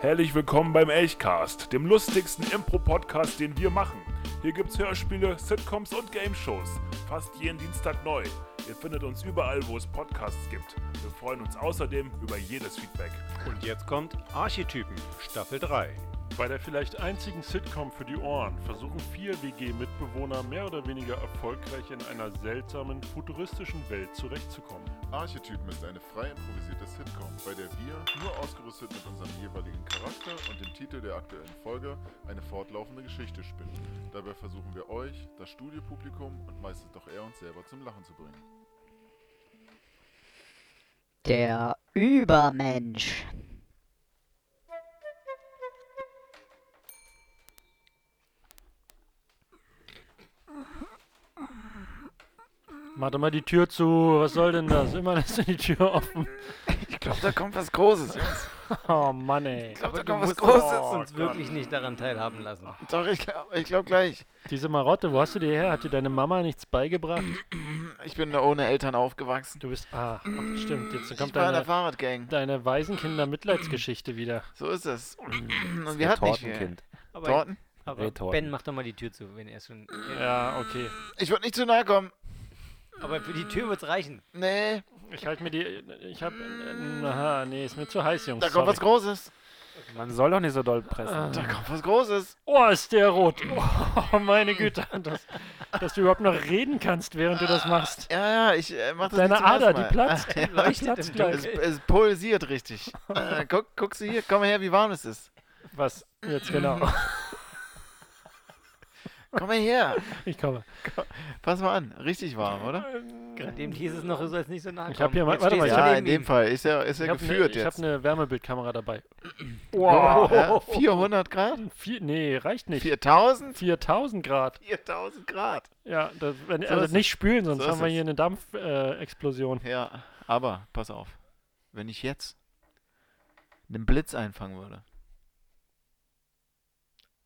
Herzlich willkommen beim Elchcast, dem lustigsten Impro-Podcast, den wir machen. Hier gibt's Hörspiele, Sitcoms und Game-Shows. Fast jeden Dienstag neu. Ihr findet uns überall, wo es Podcasts gibt. Wir freuen uns außerdem über jedes Feedback. Und jetzt kommt Archetypen, Staffel 3. Bei der vielleicht einzigen Sitcom für die Ohren versuchen vier WG-Mitbewohner mehr oder weniger erfolgreich in einer seltsamen, futuristischen Welt zurechtzukommen. Archetypen ist eine frei improvisierte Sitcom, bei der wir, nur ausgerüstet mit unserem jeweiligen Charakter und dem Titel der aktuellen Folge, eine fortlaufende Geschichte spinnen. Dabei versuchen wir euch, das Studiopublikum und meistens doch eher uns selber zum Lachen zu bringen. Der Übermensch. Mach doch mal die Tür zu, was soll denn das? Immer lässt du die Tür offen. Ich glaube, da kommt was Großes, Jungs. Oh Mann ey. Oh, Ich glaube, da kommt was Großes. uns wirklich nicht daran teilhaben lassen. Doch, ich glaube ich glaub gleich. Diese Marotte, wo hast du die her? Hat dir deine Mama nichts beigebracht? Ich bin ohne Eltern aufgewachsen. Du bist. Ah, stimmt. Jetzt Ich kommt war in der deine, Fahrradgang. deine Waisenkinder-Mitleidsgeschichte wieder. So ist es. Hm. Und wir hatten nicht viel. Aber, Torten? aber Retorten. Ben, mach doch mal die Tür zu, wenn er schon. Ja, okay. Ich würde nicht zu nahe kommen. Aber für die Tür wird's reichen. Nee, Ich halte mir die. Ich hab. Aha, nee, ist mir zu heiß, Jungs. da kommt was sorry. Großes. Oh, Man soll doch nicht so doll Ah. pressen. Da kommt was Großes. Oh, ist der rot. Oh, meine Güte. Das, dass du überhaupt noch reden kannst, während du das machst. Ja, ja, ich äh, mach das Deine nicht zum ersten Ader, die Mal. platzt. Die leuchtet platzt im gleich. Es, es pulsiert richtig. Äh, guck, guck sie hier, komm mal her, wie warm es ist. Was? Jetzt genau. Komm mal her. Ich komme. Ähm. Pass mal an, richtig warm, oder? Gerade eben hieß es noch, du sollst nicht so nah Ich hab kommen. hier mal- Jetzt warte mal, stehst ich du Ja, neben in dem ihm. Fall ist er, ist Ich er habe geführt eine, jetzt. hab ne Wärmebildkamera dabei. Guck mal, äh, 400 Grad? Vier, nee, reicht nicht. 4000? 4000 Grad. 4000 Grad. Ja, das, wenn, So ist also es. nicht spülen, sonst So ist haben wir es. hier eine Dampfexplosion. Äh, Explosion. Ja, aber pass auf. Wenn ich jetzt einen Blitz einfangen würde.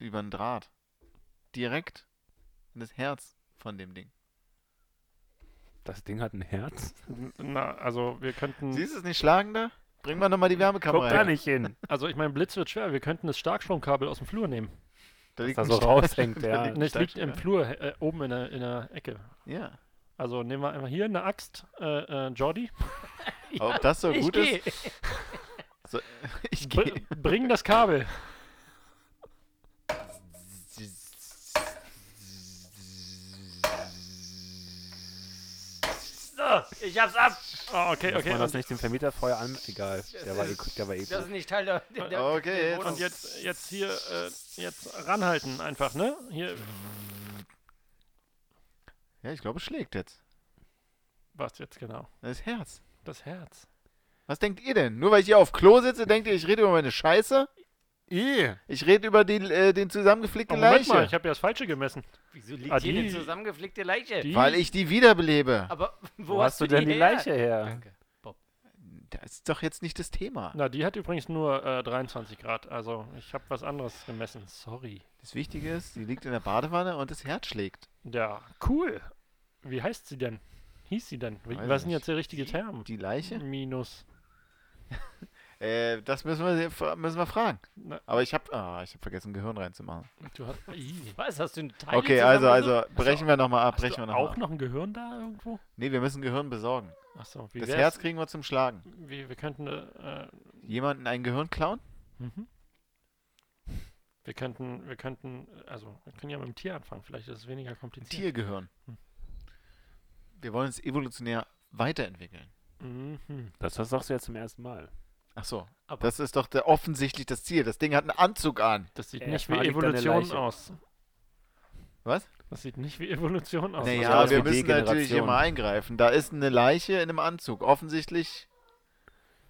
Über einen Draht. Direkt in das Herz von dem Ding. Das Ding hat ein Herz. Na, also wir könnten. Siehst du es nicht schlagen da? Bring mal nochmal die Wärmekamera. Guck da her. nicht hin. Also ich meine, Blitz wird schwer. Wir könnten das Starkstromkabel aus dem Flur nehmen. Da Dass liegt da ein so Stab- raushängt, da ja. liegt ein Ne, es liegt Stab- im Flur äh, oben in der, in der Ecke. Ja. Also nehmen wir einfach hier eine Axt, äh, äh, Jordi. Ob das so Ich gut geh. ist? So, ich Br gehe. bring das Kabel. So, ich hab's ab. Ah, okay, Dass okay. man das und- nicht dem Vermieter vorher an... Egal, der war eh... Der war eh Das ist nicht Teil der. der- der Okay, jetzt. Und jetzt, jetzt hier, äh, jetzt ranhalten einfach, ne? Hier, Ja, ich glaube, es schlägt jetzt. was jetzt genau? Das Herz. Das Herz. Was denkt ihr denn? Nur weil ich hier auf Klo sitze, denkt ihr, ich rede über meine Scheiße? Ih. Ich rede über die, äh, den zusammengeflickten Oh, Moment Leiche. mal, ich habe ja das Falsche gemessen. Wieso liegt Ah, hier eine die- zusammengeflickte Leiche? Die- weil ich die wiederbelebe. Aber wo, Wo hast du denn die her? Leiche her? Danke. Das ist doch jetzt nicht das Thema. Na, die hat übrigens nur äh, 23 Grad. Also, ich habe was anderes gemessen. Sorry. Das Wichtige ist, sie liegt in der Badewanne und das Herz schlägt. Ja, cool. Wie heißt sie denn? Hieß sie denn? Wie, Weiß was ist denn nicht. jetzt der richtige Term? Die Leiche? Minus. Äh, das müssen wir, fra- müssen wir fragen. Na. Aber ich habe ah, ich hab vergessen, Gehirn reinzumachen. Du hast, Ih. Was? Hast du einen Teil Okay, also, zusammengesucht? also brechen wir nochmal ab. hast Brechen du wir noch mal auch ab. noch ein Gehirn da irgendwo? Nee, wir müssen Gehirn besorgen. Achso, wie Das wär's? Herz kriegen wir zum Schlagen. Wie, wir könnten, äh, Jemanden ein Gehirn klauen? Mhm. Wir könnten, wir könnten, also wir können ja mit dem Tier anfangen, vielleicht ist es weniger kompliziert. Tiergehirn. Mhm. Wir wollen uns evolutionär weiterentwickeln. Mhm. Das, das sagst du jetzt zum ersten Mal. Ach so. Aber- Das ist doch der, offensichtlich das Ziel. Das Ding hat einen Anzug an. Das sieht Erst nicht wie mal Äh, liegt da eine Evolution Leiche. aus. Was? Das sieht nicht wie Evolution aus. ist naja, sowas wir wie müssen natürlich hier Degeneration. mal eingreifen. Da ist eine Leiche in einem Anzug. Offensichtlich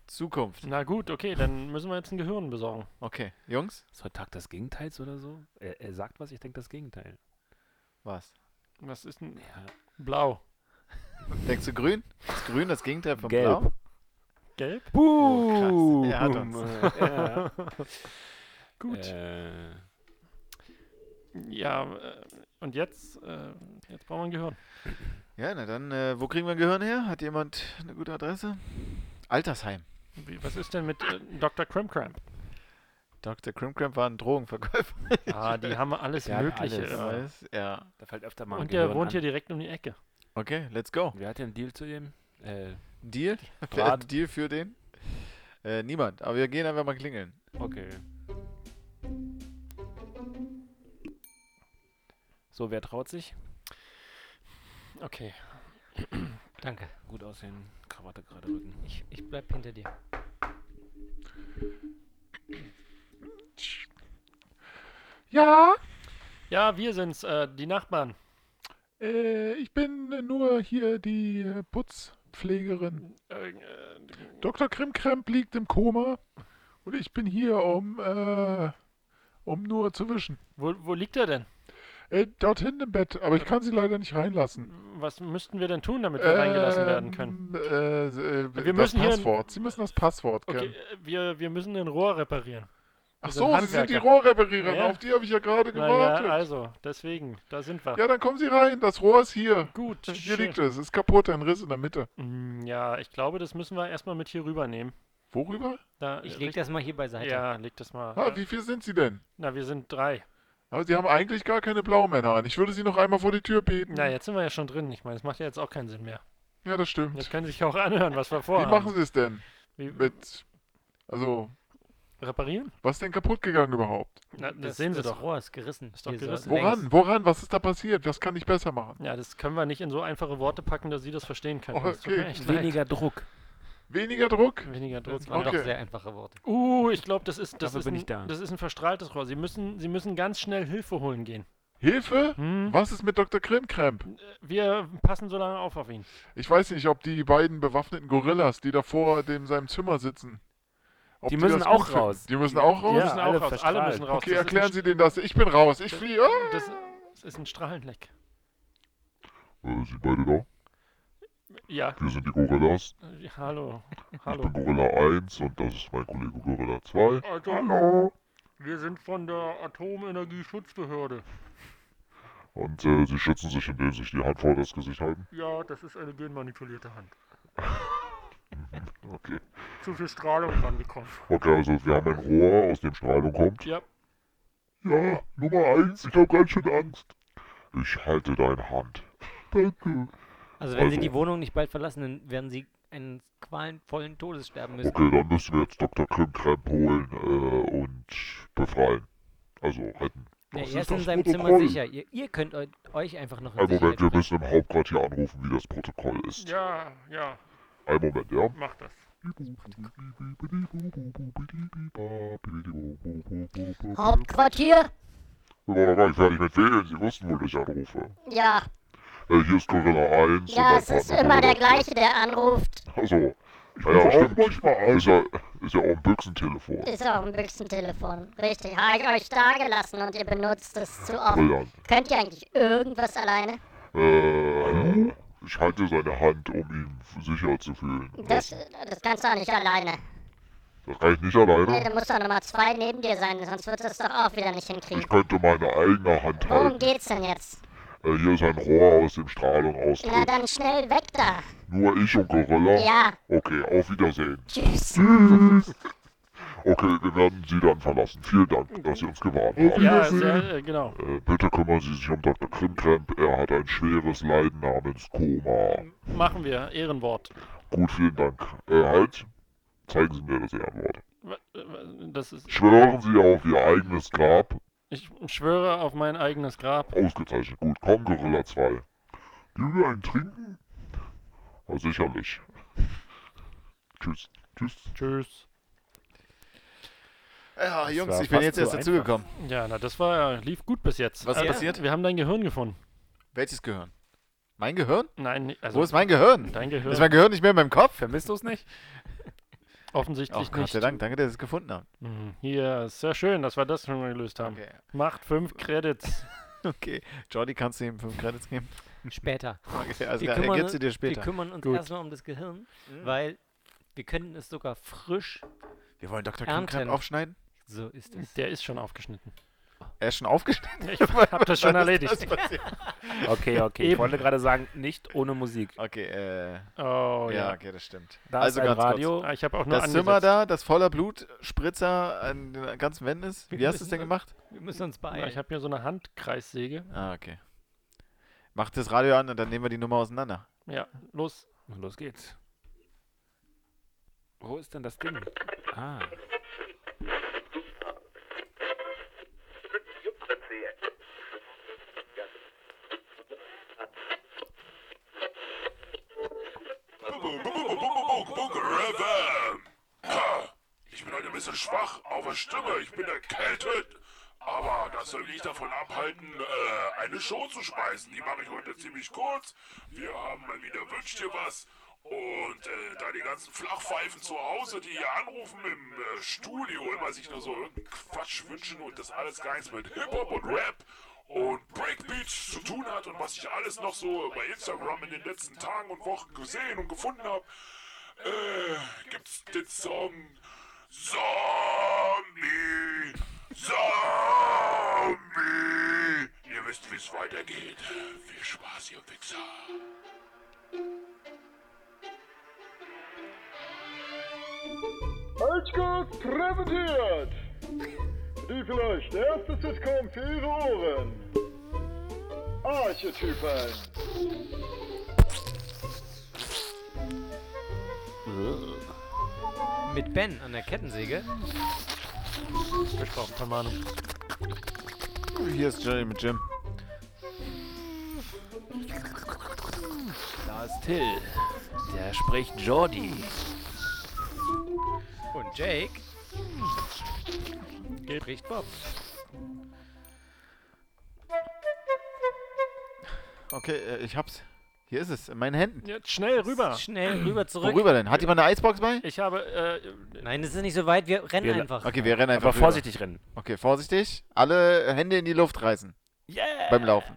Zukunft. Na gut, okay, dann müssen wir jetzt ein Gehirn besorgen. Okay, Jungs, Ist heute Tag des Gegenteils oder so? Er, er sagt was, ich denke das Gegenteil. was? Was ist denn Ja. blau? Denkst du grün? Ist grün das Gegenteil von Gelb. blau? Gelb? Oh, krass. Er hat Boom. Ja. Gut. Äh, Ja, äh, und jetzt, äh, jetzt brauchen wir ein Gehirn. Ja, na dann, äh, wo kriegen wir ein Gehirn her? Hat jemand eine gute Adresse? Altersheim. Wie, was ist denn mit äh, Dr. Krimkram? Dr. Krimkramp war ein Drogenverkäufer. Ah, die haben alles Der hat Mögliche. alles, immer. Weiß, ja. Da fällt öfter mal ein Und der Gehirn wohnt an. hier direkt um die Ecke. Okay, let's go. Wer hat denn einen Deal zu ihm? Äh, Deal? Wer hat Braten. einen Deal für den? Äh, niemand. Aber wir gehen einfach mal klingeln. okay. So, wer traut sich? Okay. Danke. Gut aussehen, Krawatte gerade rücken. Ich, ich bleib hinter dir. Ja, Ja, wir sind's, äh, die Nachbarn. äh, ich bin äh, nur hier die äh, Putzpflegerin. Äh, Dr. Krimkramp liegt im Koma und ich bin hier, um, äh, um nur zu wischen. wo, wo liegt er denn? Äh, dort hinten im Bett, aber ich kann sie leider nicht reinlassen. Was müssten wir denn tun, damit wir reingelassen werden können? Ähm, Äh, äh, Wir das müssen hier- Passwort. Sie müssen das Passwort Okay, kennen. äh, wir, wir müssen den Rohr reparieren. Ach wir so, sind Sie sind die Handwerker. Rohrreparierer. Ja. Auf die habe ich ja gerade Naja, gewartet. also, deswegen, da sind wir. ja, dann kommen Sie rein. Das Rohr ist hier. Gut. Hier schön. liegt es. Ist kaputt, ein Riss in der Mitte. Mm, Ja, ich glaube, das müssen wir erstmal mit hier rübernehmen. Worüber? Da, äh, Ich leg das mal hier beiseite. Ja, leg das mal. Ah, äh, wie viel sind Sie denn? Na, wir sind drei. Aber Sie haben eigentlich gar keine Blaumänner an. Ich würde Sie noch einmal vor die Tür beten. Na, jetzt sind wir ja schon drin. Ich meine, das macht ja jetzt auch keinen Sinn mehr. Ja, das stimmt. Jetzt können Sie sich auch anhören, was wir Wie vorhaben. machen Sie es denn? Wie- Mit. Also, reparieren? was ist denn kaputt gegangen überhaupt? Na, das, sehen Sie das doch. Rohr ist gerissen. Ist doch Hier so gerissen. längs. Woran? Woran? Was ist da passiert? Was kann ich besser machen? Ja, das können wir nicht in so einfache Worte packen, dass Sie das verstehen können. Das tut Okay. mir echt leid. Weniger Druck. Weniger Druck? Weniger Druck. Das waren Okay. doch sehr einfache Worte. Uh, ich glaube, das ist das Dafür ist, bin ein, ich da. das ist ein verstrahltes Rohr. Sie müssen, Sie müssen ganz schnell Hilfe holen gehen. Hilfe? Hm? Äh, Was ist mit Dr. Krimkramp? Wir passen so lange auf auf ihn. Ich weiß nicht, ob die beiden bewaffneten Gorillas, die da vor dem seinem Zimmer sitzen. ob Die müssen das auch gut finden. raus. Die müssen auch raus? Die müssen alle auch raus. Alle verstrahlt. müssen raus. Okay, Das ist erklären ein Sie denen das. Ich bin raus. Ich fliehe. Ah! Sch- Das, das ist ein Strahlenleck. Äh, Sie beide da? Ja, Wir sind die Gorillas. äh, hallo. Ich Hallo. bin Gorilla 1 und das ist mein Kollege Gorilla 2. Also, Wir sind von der Atomenergieschutzbehörde. Und äh, sie schützen sich, indem sie sich die Hand vor das Gesicht halten. Ja, das ist eine genmanipulierte Hand. Okay. Zu viel Strahlung rangekommen. Okay, also wir haben ein Rohr, aus dem Strahlung kommt. Ja. Ja, Nummer 1, ich habe ganz schön Angst. Ich halte deine Hand. Danke. Also wenn Sie Also- die Wohnung nicht bald verlassen, dann werden Sie einen qualenvollen Todes sterben müssen. Okay, dann müssen wir jetzt Dr. Krimkremp holen äh, und befreien. Also retten. Ja, Das er ist ist in das seinem Zimmer Protokoll. sicher. Ihr, ihr könnt eu euch einfach noch in Ein Moment, Sicherheit wir bringen. müssen im Hauptquartier anrufen, wie das Protokoll ist. ne? Ja, ja, Ein Moment, ja? mach das. Hauptquartier? Wir waren noch gar nicht fertig mit wählen, Sie wussten wohl, dass ich anrufe. Ja, Äh, hier ist Gorilla 1. ja, es und mein ist Partner immer der Gorilla gleiche, der anruft. zwei. Also, naja, auch stimmt. manchmal Ist ja, ist ja auch ein Büchsentelefon. Ist auch ein Büchsentelefon. Richtig, habe ich euch da gelassen und ihr benutzt es zu oft. Brillant. Könnt ihr eigentlich irgendwas alleine? Äh, ich halte seine Hand, um ihn sicher zu fühlen. Das, das kannst du auch nicht alleine. Das kann ich nicht Nee, da alleine. muss doch nochmal zwei neben dir sein, sonst wird es doch auch wieder nicht Ich hinkriegen. könnte meine eigene Hand Worum halten. geht's denn jetzt? Äh, hier ist ein Rohr, aus dem Strahlung Na austritt. dann schnell weg da. Nur ich und Gorilla. Ja, Okay, auf Wiedersehen. tschüss. Okay, wir werden Sie dann verlassen. Vielen Dank, dass Sie uns gewarnt haben. Ja, sehr, äh, genau. Äh, bitte kümmern Sie sich um Dr. Krimkremp. Er hat ein schweres Leiden namens Koma. Machen wir. Ehrenwort. Gut, vielen Dank. Äh, halt. Zeigen Sie mir das Ehrenwort. W- w- Das ist. Schwören Sie auf Ihr eigenes Grab. Ich schwöre auf mein eigenes Grab. Ausgezeichnet. Gut, komm, Gorilla 2. Gib mir einen Trinken? Ja, sicherlich. Tschüss. Tschüss. Tschüss. Ja, Jungs, war ich bin fast jetzt zu erst einfach. dazugekommen. Ja, na, das war lief gut bis jetzt. Äh, Was ist passiert? Wir haben dein Gehirn gefunden. Welches Gehirn? Mein Gehirn? Nein, nicht- also Wo ist mein Gehirn? dein Ist Gehirn mein Gehirn nicht mehr in meinem Kopf? Vermisst du es nicht? Ach, offensichtlich Gott nicht. sei Dank, danke, dass Sie es gefunden haben. Mhm. Hier, ist sehr schön, dass wir das schon mal gelöst haben. Okay, Macht fünf Credits. okay. Jordi, kannst du ihm fünf Credits geben? Später. Okay, also Wir er kümmern- gibt sie dir Wir später. Mhm. kümmern uns Gut. erstmal um das Gehirn, weil wir könnten es sogar frisch. Wir wollen Dr. Ernten. Krimkram aufschneiden? So ist es. Der ist schon aufgeschnitten. Er ist schon aufgestanden. Ich hab das schon erledigt. Okay, okay. Ich Eben. wollte gerade sagen, nicht ohne Musik. Okay, äh. Oh ja. ja. okay, das stimmt. Da also ist ein ganz Radio. kurz. Ah, ich habe auch nur Das angesetzt. Zimmer da, das voller Blut, Spritzer an den ganzen Wänden ist. Wie hast du es denn gemacht? Wir müssen uns Na, ich beeilen. habe hier so eine Handkreissäge. Ah, okay. Mach das Radio an und dann nehmen wir die Nummer auseinander. Ja, los. Und los geht's. Wo ist denn das Ding? Ah. Ich bin heute ein bisschen schwach auf der Stimme, ich bin erkältet. Aber das soll mich nicht davon abhalten, äh, eine Show zu schmeißen. Die mache ich heute ziemlich kurz. Wir haben mal wieder Wünsch dir was. Und äh, da die ganzen Flachpfeifen zu Hause, die hier anrufen im äh, Studio, immer sich nur so irgendeinen Quatsch wünschen und das alles gar nichts mit Hip-Hop und Rap und Breakbeats zu tun hat und was ich alles noch so bei Instagram in den letzten Tagen und Wochen gesehen und gefunden habe, äh, gibt's den Song Zombie! Zombie! Ihr wisst, wie es weitergeht. Viel Spaß, ihr Wichser. Altgott präsentiert! Die vielleicht erste Sitcom für Ihre Ohren. Archetypen. Mit Ben an der Kettensäge. Ich brauche Vermahnung. Hier ist Jerry mit Jim. Da ist Till. Der spricht Jordi. Und Jake. Spricht Bob. Okay, äh, ich hab's. Hier ist es, in meinen Händen. Jetzt schnell rüber. Schnell rüber zurück. Worüber denn? Hat jemand eine Icebox bei? Ich habe, äh, Nein, das ist nicht so weit. Wir rennen Wir la- einfach. Okay, wir rennen einfach. Aber rüber. vorsichtig rennen. Okay, vorsichtig. Alle Hände in die Luft reißen. Yeah! Beim Laufen.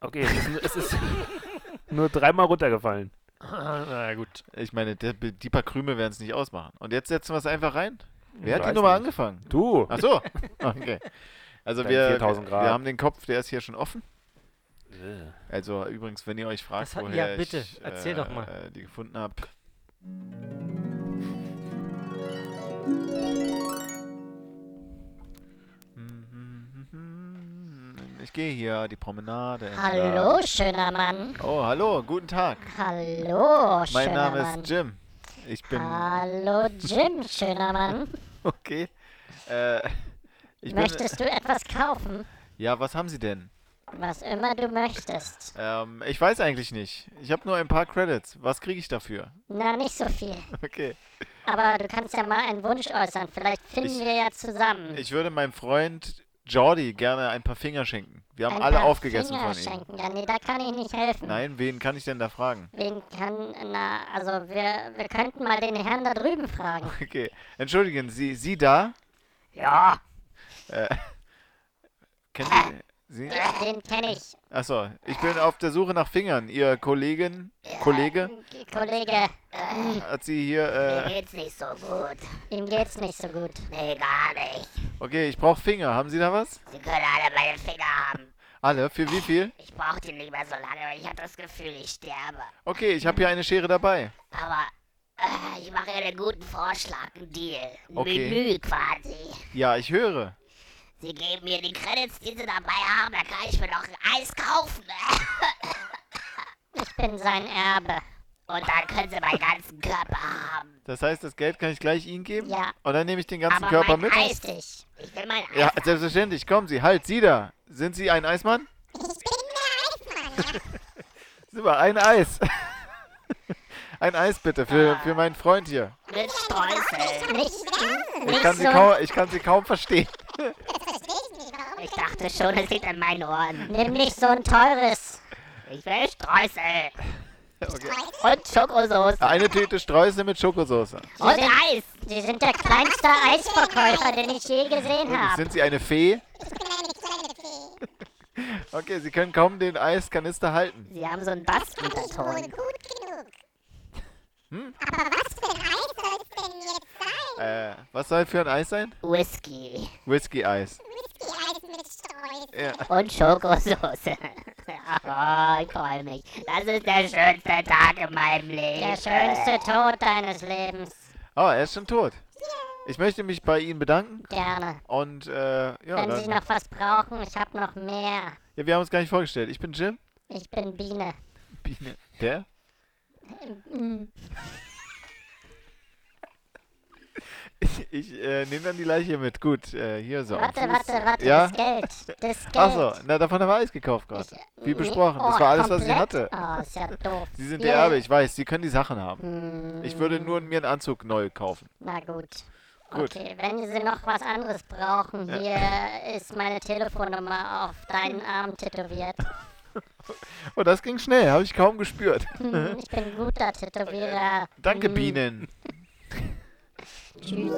Okay, es ist, es ist nur dreimal runtergefallen. na gut. Ich meine, der, die paar Krüme werden es nicht ausmachen. Und jetzt setzen wir es einfach rein. Wer hat Weiß die Nummer nicht. angefangen? Du! Ach so. Okay. Also Dein wir, 4000 Grad. Äh. wir haben den Kopf, der ist hier schon offen. Also übrigens, wenn ihr euch fragt, Das hat- woher ja, bitte, ich erzähl äh, doch mal. äh, die gefunden habe. Ich gehe hier die Promenade. entlang. Hallo, schöner Mann. Oh, hallo, guten Tag. Hallo, Oh, schöner Mein Name Mann. Ah. ist Jim. Ich bin. Hallo, Jim, schöner Mann. Okay. Äh, ich bin. Möchtest du etwas kaufen? Ja, was haben Sie denn? Was immer du möchtest. Ähm, ich weiß eigentlich nicht. Ich habe nur ein paar Credits. Was kriege ich dafür? Na, nicht so viel. Okay. Aber du kannst ja mal einen Wunsch äußern. Vielleicht finden Ich- wir ja zusammen. Ich würde meinem Freund Jordi gerne ein paar Finger schenken. Wir haben Ein alle paar aufgegessen Finger von ihm. Schenken. Ja, nee, da kann ich nicht helfen. Nein, wen kann ich denn da fragen? Wen kann, na, also wir, wir könnten mal den Herrn da drüben fragen. Okay. Entschuldigen Sie, Sie da? Ja. Äh, kennen Sie? Sie? Den kenne ich. Achso, ich bin auf der Suche nach Fingern. Ihr Kollegin, Kollege, K- Kollege, hat Sie hier. Äh, geht's nicht so gut. Ihm geht's nicht so gut. Nee, gar nicht. okay, ich brauche Finger. Haben Sie da was? Sie können alle meine Finger haben. Alle? Für wie viel? Ich brauche die nicht mehr so lange, ich habe das Gefühl, ich sterbe. Okay, ich habe hier eine Schere dabei. Aber äh, ich mache einen guten Vorschlag, einen Deal. Ein Okay. Menü quasi. Ja, ich höre. Sie geben mir die Credits, die sie dabei haben, da kann ich mir noch ein Eis kaufen. ich bin sein Erbe. Und dann können sie meinen ganzen Körper haben. Das heißt, das Geld kann ich gleich Ihnen geben? Ja. Und dann nehme ich den ganzen Aber Körper mein mit? Eis nicht. Ich will mein Eis. Ja, selbstverständlich. Kommen Sie, halt, Sie da. Sind Sie ein Eismann? Ich bin der Eismann. Super, ein Eis. ein Eis bitte für, Ah. für meinen Freund hier. Mit Streuseln. Nicht, Ich nicht kann, so. sie kaum, ich kann sie kaum verstehen. ich dachte schon, es liegt an meinen Ohren. Nimm nicht so ein teures. Ich will Streusel. Okay. Und Schokosoße. Oh, Eine Tüte Streusel mit Schokosoße. Und Eis. Sie sind der kleinste Eisverkäufer, den ich je gesehen habe. Sind Sie eine Fee? Okay, Sie können kaum den Eiskanister halten. Sie haben so einen Bassgitarton. Hm? Aber was für ein Eis soll es denn jetzt sein? Äh, was soll für ein Eis sein? Whisky. Whisky-Eis. Ja. Und Schokosoße. Oh, ich freue mich. Das ist der schönste Tag in meinem Leben. Der schönste Tod deines Lebens. Oh, er ist schon tot. Ich möchte mich bei Ihnen bedanken. Gerne. Und, äh, ja, Wenn Sie dann, noch was brauchen, ich habe noch mehr. ja, wir haben uns gar nicht vorgestellt. Ich bin Jim. Ich bin Biene. Biene. Der? Mm. Ich äh, nehme dann die Leiche mit. Gut, äh, hier so. am Warte, Fuß. warte, warte, Ja? das Geld. Das Geld. Achso, na, davon haben wir Eis gekauft gerade. Wie besprochen. Das Oh, war alles, was sie komplett? hatte. Oh, ist ja doof. Sie sind Ja. der Erbe, ich weiß. Sie können die Sachen haben. Hm, Ich würde nur mir einen Anzug neu kaufen. Na gut. Gut. Okay, wenn Sie noch was anderes brauchen, hier ist meine Telefonnummer auf deinen Arm tätowiert. Oh, das ging schnell. Habe ich kaum gespürt. Hm, ich bin ein guter Tätowierer. Äh, Danke, Hm, Bienen. Tschüss.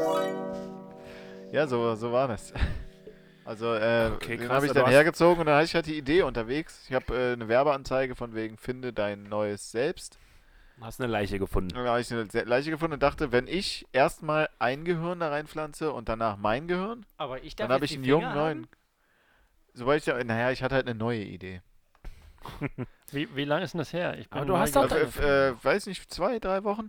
Ja, so, so war das. Also, äh, Okay, den krass, habe ich du dann hast- hergezogen und dann hatte ich halt die Idee unterwegs. Ich habe äh, eine Werbeanzeige von wegen Finde dein neues Selbst. Hast eine Leiche gefunden. Und da habe ich eine Se- Leiche gefunden und dachte, wenn ich erstmal ein Gehirn da reinpflanze und danach mein Gehirn, Aber ich darf dann habe jetzt ich die einen jungen Finger neuen. Sobald ich da, naja, ich hatte halt eine neue Idee. Wie, wie lange ist denn das her? Ich Aber du hast Äh, doch neugierig. deine f- äh, weiß nicht, zwei, drei Wochen?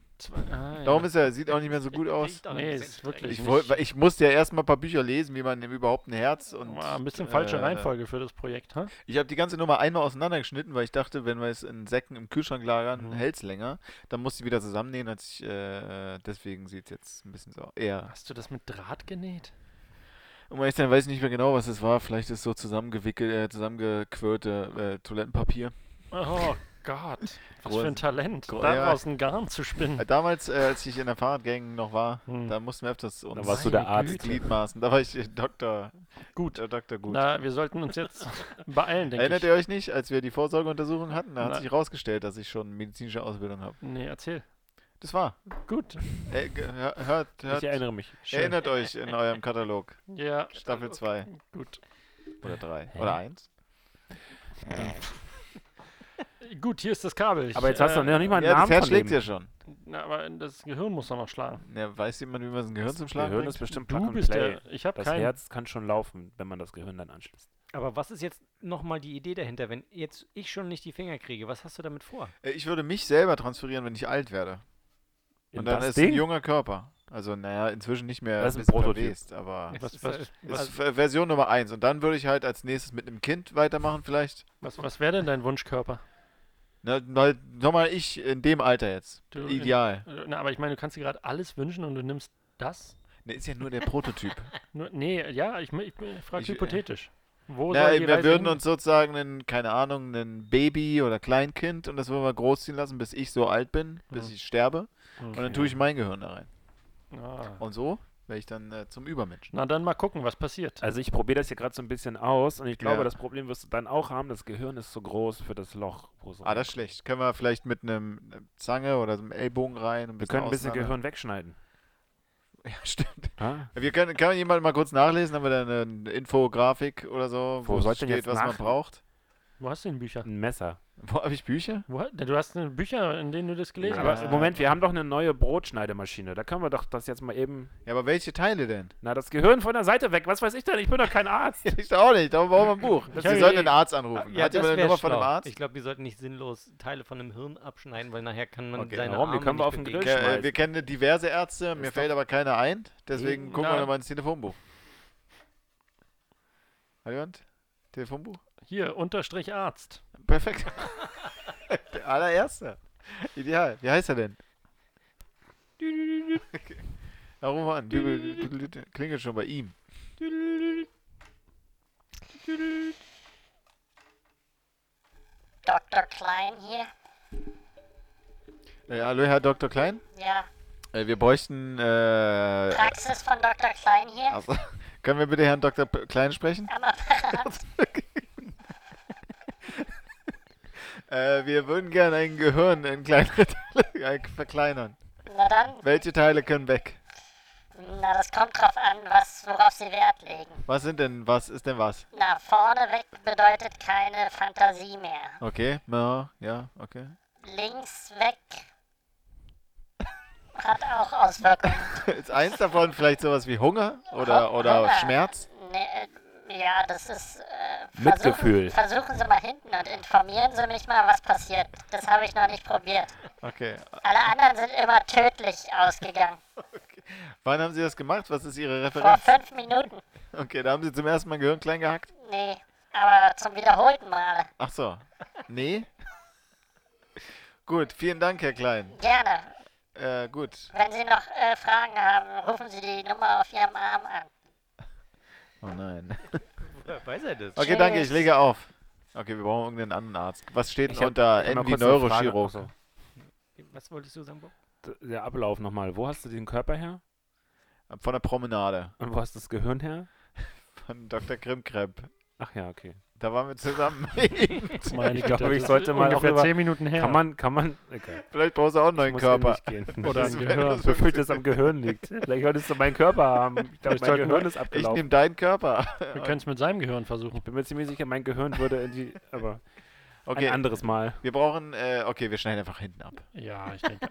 Ah, Darum ja. ist er, sieht auch nicht mehr so gut aus. Nee, ist wirklich Ich, nicht. woll- ich musste ja erstmal ein paar Bücher lesen, wie man überhaupt ein Herz und. War ein bisschen falsche äh, Reihenfolge für das Projekt, ha? Ich habe die ganze Nummer einmal auseinandergeschnitten, weil ich dachte, wenn wir es in Säcken im Kühlschrank lagern, Mhm. hält's hält es länger. Dann musste ich wieder zusammennähen. Als ich, äh, äh, deswegen sieht es jetzt ein bisschen so eher. Um Hast du das mit Draht genäht? Und weil ich dann weiß ich nicht mehr genau, was es war. Vielleicht ist so zusammengewickelt, äh, zusammengequirlte äh, Toilettenpapier. Oh Gott, was für Groß- ein Talent, Groß- daraus ein Garn zu spinnen. Äh, damals, äh, als ich in der Fahrradgang noch war, Hm. da mussten wir öfters uns warst du der Meine Arzt. Güte. Gliedmaßen. Da war ich äh, Doktor. Gut. Äh, Doktor gut. Na, wir sollten uns jetzt beeilen, denke Erinnert ich. ihr euch nicht, als wir die Vorsorgeuntersuchung hatten? Da hat Nein. sich herausgestellt, dass ich schon medizinische Ausbildung habe. Nee, erzähl. Das war. Gut. Äh, ge- hör- hört, hört. Ich erinnere mich. Schön. Erinnert euch äh, in eurem Katalog. Ja, Äh, Staffel 2 gut. oder 3 oder 1. Äh. Gut, hier ist das Kabel. Ich, äh, Aber jetzt hast du noch nicht mal einen Ja, das Namen Herz von dem. schlägt ja schon. Na, aber das Gehirn muss doch noch schlagen. Ja, weiß jemand, wie man sein Gehirn zum Das Schlagen Gehirn bringt? ist bestimmt Plug Du and bist Play. der. Ich habe Das kein. Herz kann schon laufen, wenn man das Gehirn dann anschließt. Aber was ist jetzt nochmal die Idee dahinter, wenn jetzt ich schon nicht die Finger kriege? Was hast du damit vor? Äh, Ich würde mich selber transferieren, wenn ich alt werde. In Und dann das ist ein Ding? junger Körper. Also, naja, inzwischen nicht mehr Das ist ein bisschen Prototyp. verwest, aber Was, Ist, was, äh, ist was, Ver- Version Nummer 1. Und dann würde ich halt als nächstes mit einem Kind weitermachen vielleicht. Ne, was, was wäre denn dein Wunschkörper? Na, na, nochmal ich in dem Alter jetzt. Du- Ideal. Äh, Na, aber ich meine, du kannst dir gerade alles wünschen und du nimmst das. Ne, ist ja nur der Prototyp. Nur, nee, ja, ich, ich, ich frage Ich, äh, hypothetisch. Wo Na, soll die wir Reise würden hin? uns sozusagen, einen, keine Ahnung, ein Baby oder Kleinkind und das würden wir großziehen lassen, bis ich so alt bin, bis Mhm. ich sterbe. Und dann Okay. tue ich mein Gehirn da rein. Ah. Und so werde ich dann äh, zum Übermenschen. Na, dann mal gucken, was passiert. Also ich probiere das hier gerade so ein bisschen aus und ich glaube, Ja. das Problem wirst du dann auch haben, das Gehirn ist so groß für das Loch. Wo es Ah, das ist schlecht. Können wir vielleicht mit einem Zange oder so einem Ellbogen rein? wir können ein bisschen Gehirn wegschneiden. Ja, stimmt. Ah. Ha? Wir können, kann jemand mal kurz nachlesen? Haben wir da eine Infografik oder so, Wo soll ich denn jetzt was man nach- braucht? Wo hast du denn Bücher? Ein Messer. Wo habe ich Bücher? Wo, ha- du hast denn Bücher, in denen du das gelesen Aber hast. Ja. Moment, wir haben doch eine neue Brotschneidemaschine. Da können wir doch das jetzt mal eben. Ja, aber welche Teile denn? Na, das Gehirn von der Seite weg. Was weiß ich denn? Ich bin doch kein Arzt. Ich auch nicht, da brauchen wir ein Buch. Ich Wir hab- sollten den Arzt anrufen. Hat das jemand eine wär Nummer von einem schlau. Arzt? Ich glaube, wir sollten nicht sinnlos Teile von einem Hirn abschneiden, weil nachher kann man Okay, seine warum? Die Arme können wir nicht auf den bewegen. Grill Ke- äh, schmeißen. wir kennen diverse Ärzte, mir Ist fällt aber keiner ein, deswegen Eben, gucken na. wir nochmal ins Telefonbuch. Hat jemand? Telefonbuch? Hier, Unterstrich Arzt. Perfekt. Der allererste. Ideal. Wie heißt er denn? Okay. Na, ruf mal an. Dübel- düdel- düdel- Klingelt schon bei ihm. Dr. Klein hier. Äh, hallo, Herr Dr. Klein. Ja, Äh, wir bräuchten. Äh, Praxis von Dr. Klein hier. also, können wir bitte Herrn Dr. P- Klein sprechen? Am Apparat. Äh, wir würden gerne ein Gehirn in kleinere Teile äh, verkleinern. Na dann, Welche Teile können weg? na das kommt drauf an, was, worauf Sie Wert legen. Was sind denn, was ist denn was? Na, vorne weg bedeutet keine Fantasie mehr. Okay, ja, ja, okay. Links weg hat auch Auswirkungen. Ist eins davon vielleicht sowas wie Hunger oder, oder Hunger. Schmerz? Nee, äh, ja, das ist. Äh, Mitgefühl. Versuchen, versuchen Sie mal hinten und informieren Sie mich mal, was passiert. Das habe ich noch nicht probiert. Okay. Alle anderen sind immer tödlich ausgegangen. Wann haben Sie das gemacht? Was ist Ihre Vor Referenz? fünf Minuten. Okay, da haben Sie zum ersten Mal Gehirn klein gehackt? Nee, aber zum wiederholten Male. Ach so. Nee? gut, vielen Dank, Herr Klein. Gerne. Äh, gut. Wenn Sie noch äh, Fragen haben, rufen Sie die Nummer auf Ihrem Arm an. Oh nein. Woher weiß er das? Okay, danke, ich lege auf. Okay, wir brauchen irgendeinen anderen Arzt. Was steht Ich denn hab- unter ich hab mal Andy kurz eine Frage. Neurochirurg? Ach Was wolltest du sagen, Bob? Ah, D- Der Ablauf nochmal. Wo hast du den Körper her? Von der Promenade. Und wo hast du das Gehirn her? Von Dr. Krimkremp. Ach ja, okay. Da waren wir zusammen. Meine ich Güte, glaube, ich das sollte ist mal ungefähr darüber- zehn Minuten her. Kann man, kann man. Okay. Vielleicht brauchst du auch einen neuen muss Körper. ähnlich gehen. Oder Oder ein ein Gehirn. Wofür das am Gehirn liegt. Vielleicht wolltest du meinen Körper haben. Ich glaube, Ich mein sollte Gehirn nur- ist abgelaufen. ich nehm deinen Körper. Wir können's mit seinem Gehirn versuchen. Ich bin mir ziemlich sicher, mein Gehirn würde in die. Aber Okay. ein anderes Mal. Wir brauchen, äh, okay, wir schneiden einfach hinten ab. Ja, ich denke.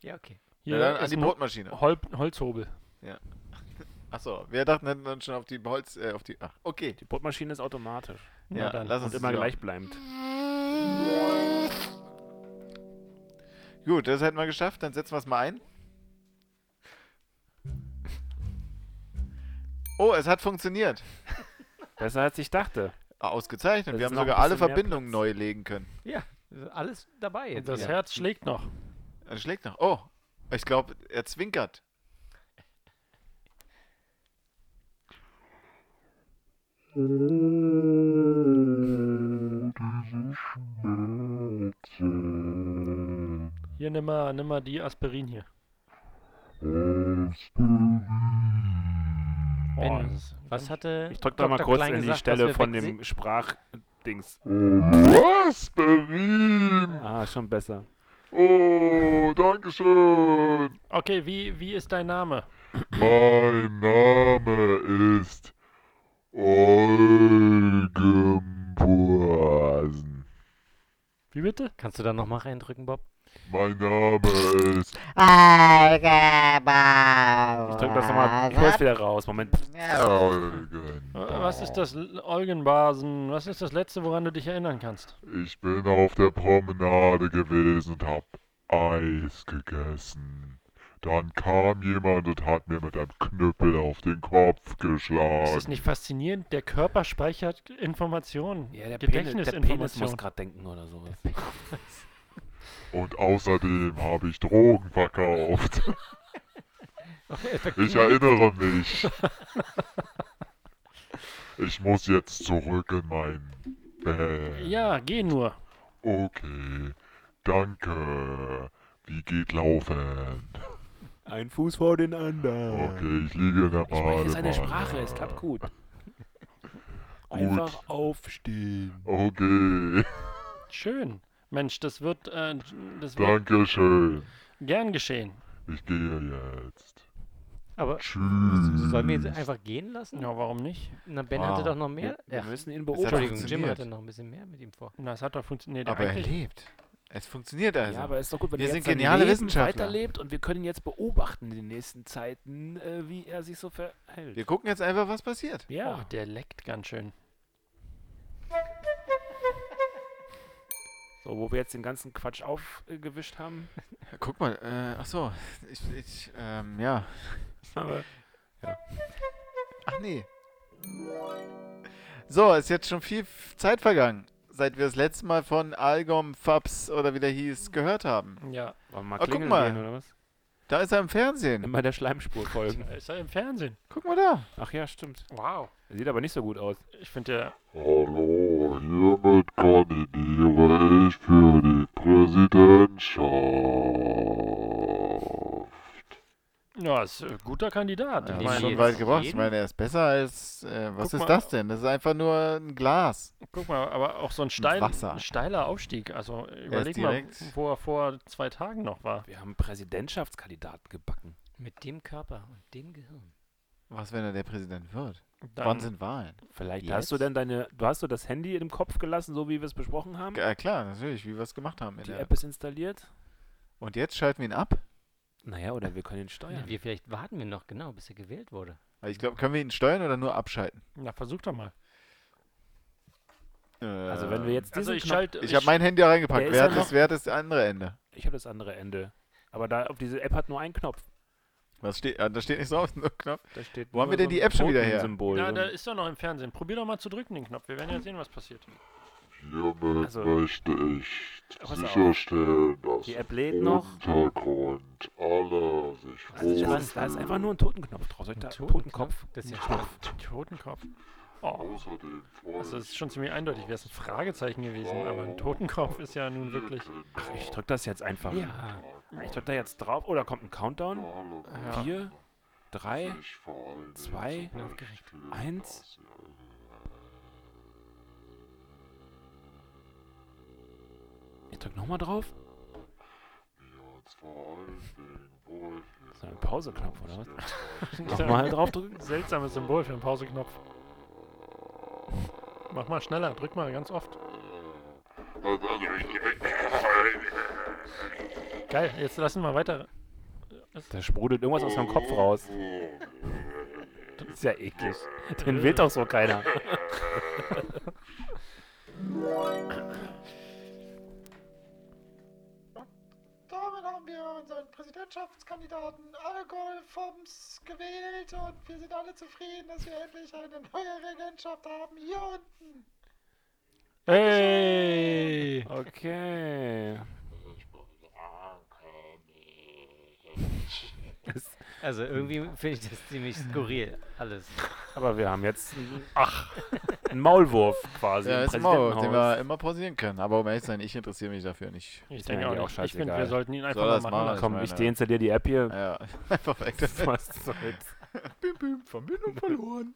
ja, okay. Ja, dann an die ein Brotmaschine. Hol Holzhobel. Ja. Achso, wir dachten hätten wir uns schon auf die Holz, äh, auf die, ach, okay. Die Brotmaschine ist automatisch. Ja, Na dann. lass uns Und immer das gleich machen. bleibend. Gut, das hätten wir geschafft, dann setzen wir es mal ein. Oh, es hat funktioniert. Ah, Besser als ich dachte. Ausgezeichnet, Das wir ist haben noch ein sogar alle bisschen mehr Verbindungen neu legen können. Ja, alles dabei. Und Jetzt. das ja. Herz schlägt noch. Er schlägt noch. Oh, ich glaube, er zwinkert. Schmerzen. Hier, nimm mal, nimm mal die Aspirin hier. Boah, Wenn- das- was hatte Ich drück doch mal Dr. kurz Klein in die gesagt, Stelle dass wir von weg dem Sprachdings. Aspirin! Ah, schon besser. Oh, Dankeschön! Okay, wie, wie ist dein Name? Mein Name ist Olgenbursen. Wie bitte? Kannst du da nochmal reindrücken, Bob? Mein Name ist Ich drück das nochmal kurz wieder raus. Moment. Eugen. Was ist das L- Eugenbasen? Was ist das letzte, woran du dich erinnern kannst? Ich bin auf der Promenade gewesen und hab Eis gegessen. Dann kam jemand und hat mir mit einem Knüppel auf den Kopf Ist das geschlagen. nicht faszinierend? Der Körper speichert Informationen. Ja, der Penis, der Penis muss Gedächtnisinformationen. gerade denken oder sowas. Und außerdem habe ich Drogen verkauft. Ich erinnere mich. Ich muss jetzt zurück in mein Bett. Ja, geh nur. Okay, danke. Wie geht Laufen? Ein Fuß vor den anderen. Okay, ich liege in der Ich spreche seine Badewanne. Sprache, es klappt gut. Einfach aufstehen. Okay, Schön. Mensch, das wird, äh, das wird Dankeschön. gern geschehen. Ich gehe jetzt. Aber Tschüss. sollen wir jetzt einfach gehen lassen? Ja, warum nicht? Na, Ben Wow. hatte doch noch mehr. Wir Ach, müssen ihn Entschuldigung, beobachten. Jim funktioniert. hatte noch ein bisschen mehr mit ihm vor. Na, es hat doch funktioniert. Aber er Eigentlich- lebt. Es funktioniert also. Ja, aber ist doch gut, wenn Wir er sind jetzt sein geniale Leben Wissenschaftler. weiterlebt und wir können jetzt beobachten in den nächsten Zeiten, äh, wie er sich so verhält. Wir gucken jetzt einfach, was passiert. Oh, ja. der leckt ganz schön. So, wo wir jetzt den ganzen Quatsch aufgewischt haben. Guck mal, äh, ach so, ich, ich, ähm, ja. Aber Ach nee. So, ist jetzt schon viel f- Zeit vergangen, seit wir das letzte Mal von Algom, Fabs oder wie der hieß, gehört haben. Ja, wollen wir mal Ah, guck klingeln mal. gehen oder was? Da ist er im Fernsehen. Immer der Schleimspur folgen. da ist er im Fernsehen. Guck mal da. Ach ja, stimmt. Wow. Sieht aber nicht so gut aus. Ich finde der. Hallo, hiermit kandidiere ich für die Präsidentschaft. Ja, ist ein guter Kandidat. Ja, Ich Nehmen wir haben wir meine, schon jetzt weit gebracht. Ich jeden? meine, er ist besser als, äh, was Guck ist mal. das denn? Das ist einfach nur ein Glas. guck mal, aber auch so ein, steil, Wasser. ein steiler Aufstieg. Also überleg mal, direkt- wo er vor zwei Tagen noch war. Wir haben einen Präsidentschaftskandidaten gebacken. Mit dem Körper und dem Gehirn. Was, wenn er der Präsident wird? Dann- Wann sind Wahlen? Vielleicht Jetzt? hast du denn deine, du hast du das Handy im Kopf gelassen, so wie wir es besprochen haben. Ja, klar, natürlich, wie wir es gemacht haben. In Die der App ist installiert. Und jetzt schalten wir ihn ab. Naja, oder wir können ihn steuern. Wir vielleicht warten wir noch genau, bis er gewählt wurde. Also Ich glaube, können wir ihn steuern oder nur abschalten? Na, versuch doch mal. Also wenn wir jetzt Also diesen ich Knopf- schalte- Äh, Ich habe mein Handy da reingepackt. Der ist Wer hat, ja das, noch- wer hat das andere Ende? Ich habe das andere Ende. Aber da auf diese App hat nur einen Knopf. Was steht, ah, da steht nichts drauf, nur knapp. Da steht Wo haben nur wir denn so die ein App schon wieder her? Totensymbol. Na, da ist doch noch im Fernsehen. Probier doch mal zu drücken den Knopf. Wir werden ja sehen, was passiert. Hiermit Also- möchte ich Pass auf. sicherstellen, dass Die im App lädt noch. Also, Hintergrund alle sich Das ist, was, da ist einfach nur ein Totenknopf drauf. Soll ich da Totenkopf? Das ist ja Totenkopf. Oh. Außerdem Also es ist schon ziemlich eindeutig, wäre es ein Fragezeichen gewesen, aber ein Totenkopf ist ja nun wirklich. Ach, ich drück das jetzt einfach. Ja. Ich drück da jetzt drauf. Oh, da kommt ein Countdown. Ja. Vier, drei, vor allem zwei, Bin aufgeregt. eins. Ich drück nochmal drauf. Das ist ein Pauseknopf, oder was? Nochmal draufdrücken? Seltsames Symbol für einen Pauseknopf. Mach mal schneller, drück mal ganz oft. Also, Geil, jetzt lassen wir weiter. Da sprudelt irgendwas aus meinem Kopf raus. Das ist ja eklig. Den will doch so keiner. Damit haben wir unseren Präsidentschaftskandidaten Alkohol Foms gewählt und wir sind alle zufrieden, dass wir endlich eine neue Regentschaft haben hier unten. Hey! Okay. Also irgendwie finde ich das ziemlich skurril, alles. Aber wir haben jetzt einen- ach, einen Maulwurf quasi. Ja, im ist mal, den wir Präsidentenhaus. immer pausieren können. Aber um ehrlich zu sein, ich interessiere mich dafür nicht. Ich Ist denke mir auch eigentlich nicht. Ich finde, wir scheißegal. sollten ihn einfach Soll mal das machen machen? lassen. Komm, Ich Meine- deinstalliere die App hier. Ja, einfach weg. Was soll's? bim, bim, Verbindung verloren.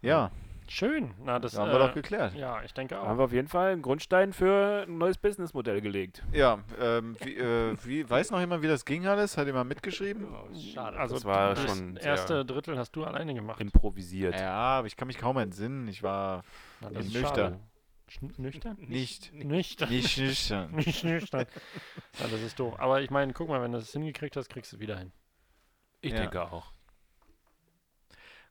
Ja, Schön. Na, das äh, haben wir doch geklärt. Ja, ich denke Da haben auch. wir auf jeden Fall einen Grundstein für ein neues Businessmodell gelegt. ja ähm, wie, äh, wie, weiß noch jemand, wie das ging alles? Hat jemand mitgeschrieben? Schade. Also das war das schon sehr- erste Drittel hast du alleine gemacht. Improvisiert. Ja, aber ich kann mich kaum entsinnen. Ich war Na, das ist schade. nüchtern. Schn- Nüchtern? Nicht, Nüchtern. nicht nüchtern. Nicht nüchtern. Ja, das ist doof. Aber ich meine, guck mal, wenn du es hingekriegt hast, kriegst du es wieder hin. Ich Ja. denke auch.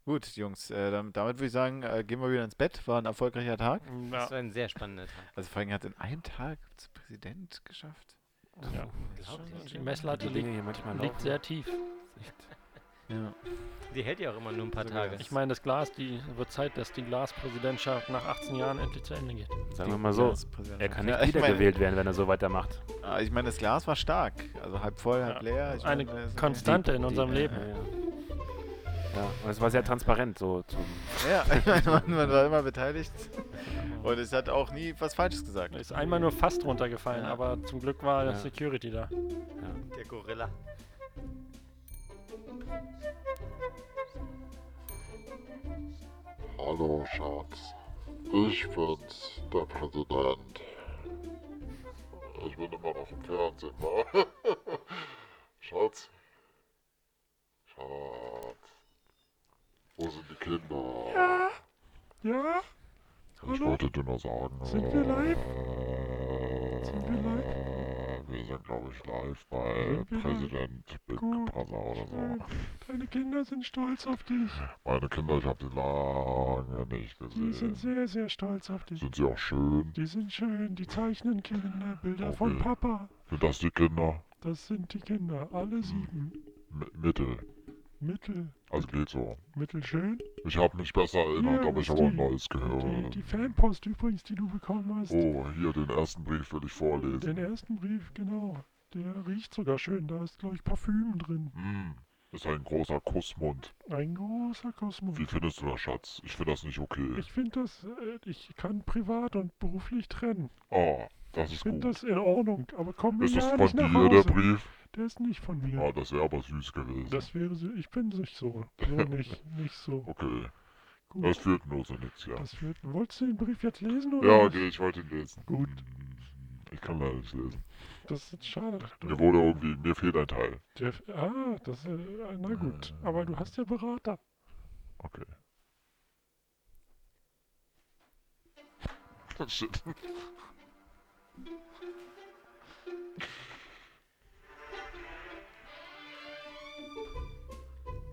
Gut, Jungs, äh, dam- damit würde ich sagen, äh, gehen wir wieder ins Bett. War ein erfolgreicher Tag. Mm, Ja. Das war ein sehr spannender Tag. Also vor allem hat in einem Tag zum Präsident geschafft. Ja. Das ist schon- Die Messlatte Die Dinge liegt, hier manchmal laufen. liegt sehr tief. Ja. Die hält ja auch immer nur ein paar Tage. Ich meine, das Glas, die wird Zeit, dass die Glaspräsidentschaft nach 18 Jahren endlich zu Ende geht. Sagen wir mal so, Das Präsident- er kann Ja, nicht ich meine- wiedergewählt werden, wenn er so weitermacht. Ah, ich meine, das Glas war stark. Also halb voll, halb Ja. leer. Ich Eine meine, das- Konstante in unserem Leben. Ja, ja. und es war sehr transparent. So zum Ja, ich meine, man, man war immer beteiligt. Und es hat auch nie was Falsches gesagt. Er Ist einmal nur fast runtergefallen, Ja. aber zum Glück war Ja. Security da. der Gorilla. Hallo Schatz, ich bin's, der Präsident. Ich bin immer noch im Fernsehen, wa? Schatz? Schatz? Wo sind die Kinder? Ja? Ja, Ich wollte dir nur sagen, sind wir live? Sind wir live? Wir sind, glaube ich, live bei Sind wir live? Präsident Big Gut. Brother oder so. Deine Kinder sind stolz auf dich. Meine Kinder, ich habe sie lange nicht Die sind gesehen. sehr, sehr stolz auf dich. Sind sie auch schön? Die sind schön, die zeichnen Oh, Kinderbilder von Okay. Papa. Sind das die Kinder? Das sind die Kinder, alle sieben. M Mittel. Mittel, Also geht so. mittelschön. Ich habe mich besser erinnert, Ja, aber ich das habe die- ein neues Die, Gehirn. die Fanpost übrigens, die du bekommen hast. Oh, hier den ersten Brief will ich vorlesen. Den ersten Brief, genau. Der riecht sogar schön, da ist, glaube ich, Parfüm drin. Hm, ist ein großer Kussmund. Ein großer Kosmos. Wie findest du das, Schatz? Ich finde das nicht okay. Ich finde das, äh, ich kann privat und beruflich trennen. Ah, das Ich ist finde gut. das in Ordnung, aber komm mir Ist das ja von nicht nach dir, der Hause. Brief? Der ist nicht von mir. Ah, das wäre aber süß gewesen. Das wäre so, ich bin nicht so. So nicht, nicht so. Okay, Gut. das führt nur zu nichts, ja. Das wird, wolltest du den Brief jetzt lesen? Oder Ja, was? okay, ich wollte ihn lesen. Gut. Ich kann leider nicht lesen. Das ist schade. Mir wurde irgendwie, mir fehlt ein Teil. Der, ah, das, äh, na gut. Aber du hast ja Berater. Okay. Oh shit.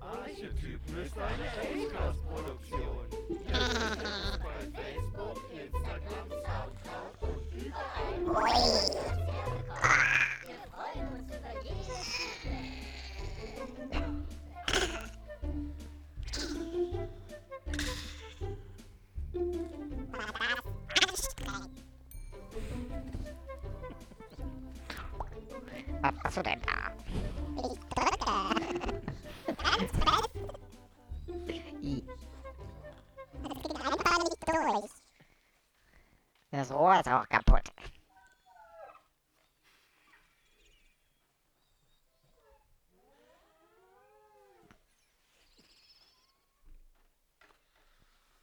Archetypen ist eine Acast-Produktion. bei Facebook, Instagram, Soundcloud und überall. wo ihr Podcasts herbekommt. Wir freuen uns über jedes Feedback. Was machst du denn da? Ich drücke. Ganz fest. I. Das geht einfach nicht durch. Das Rohr ist auch kaputt.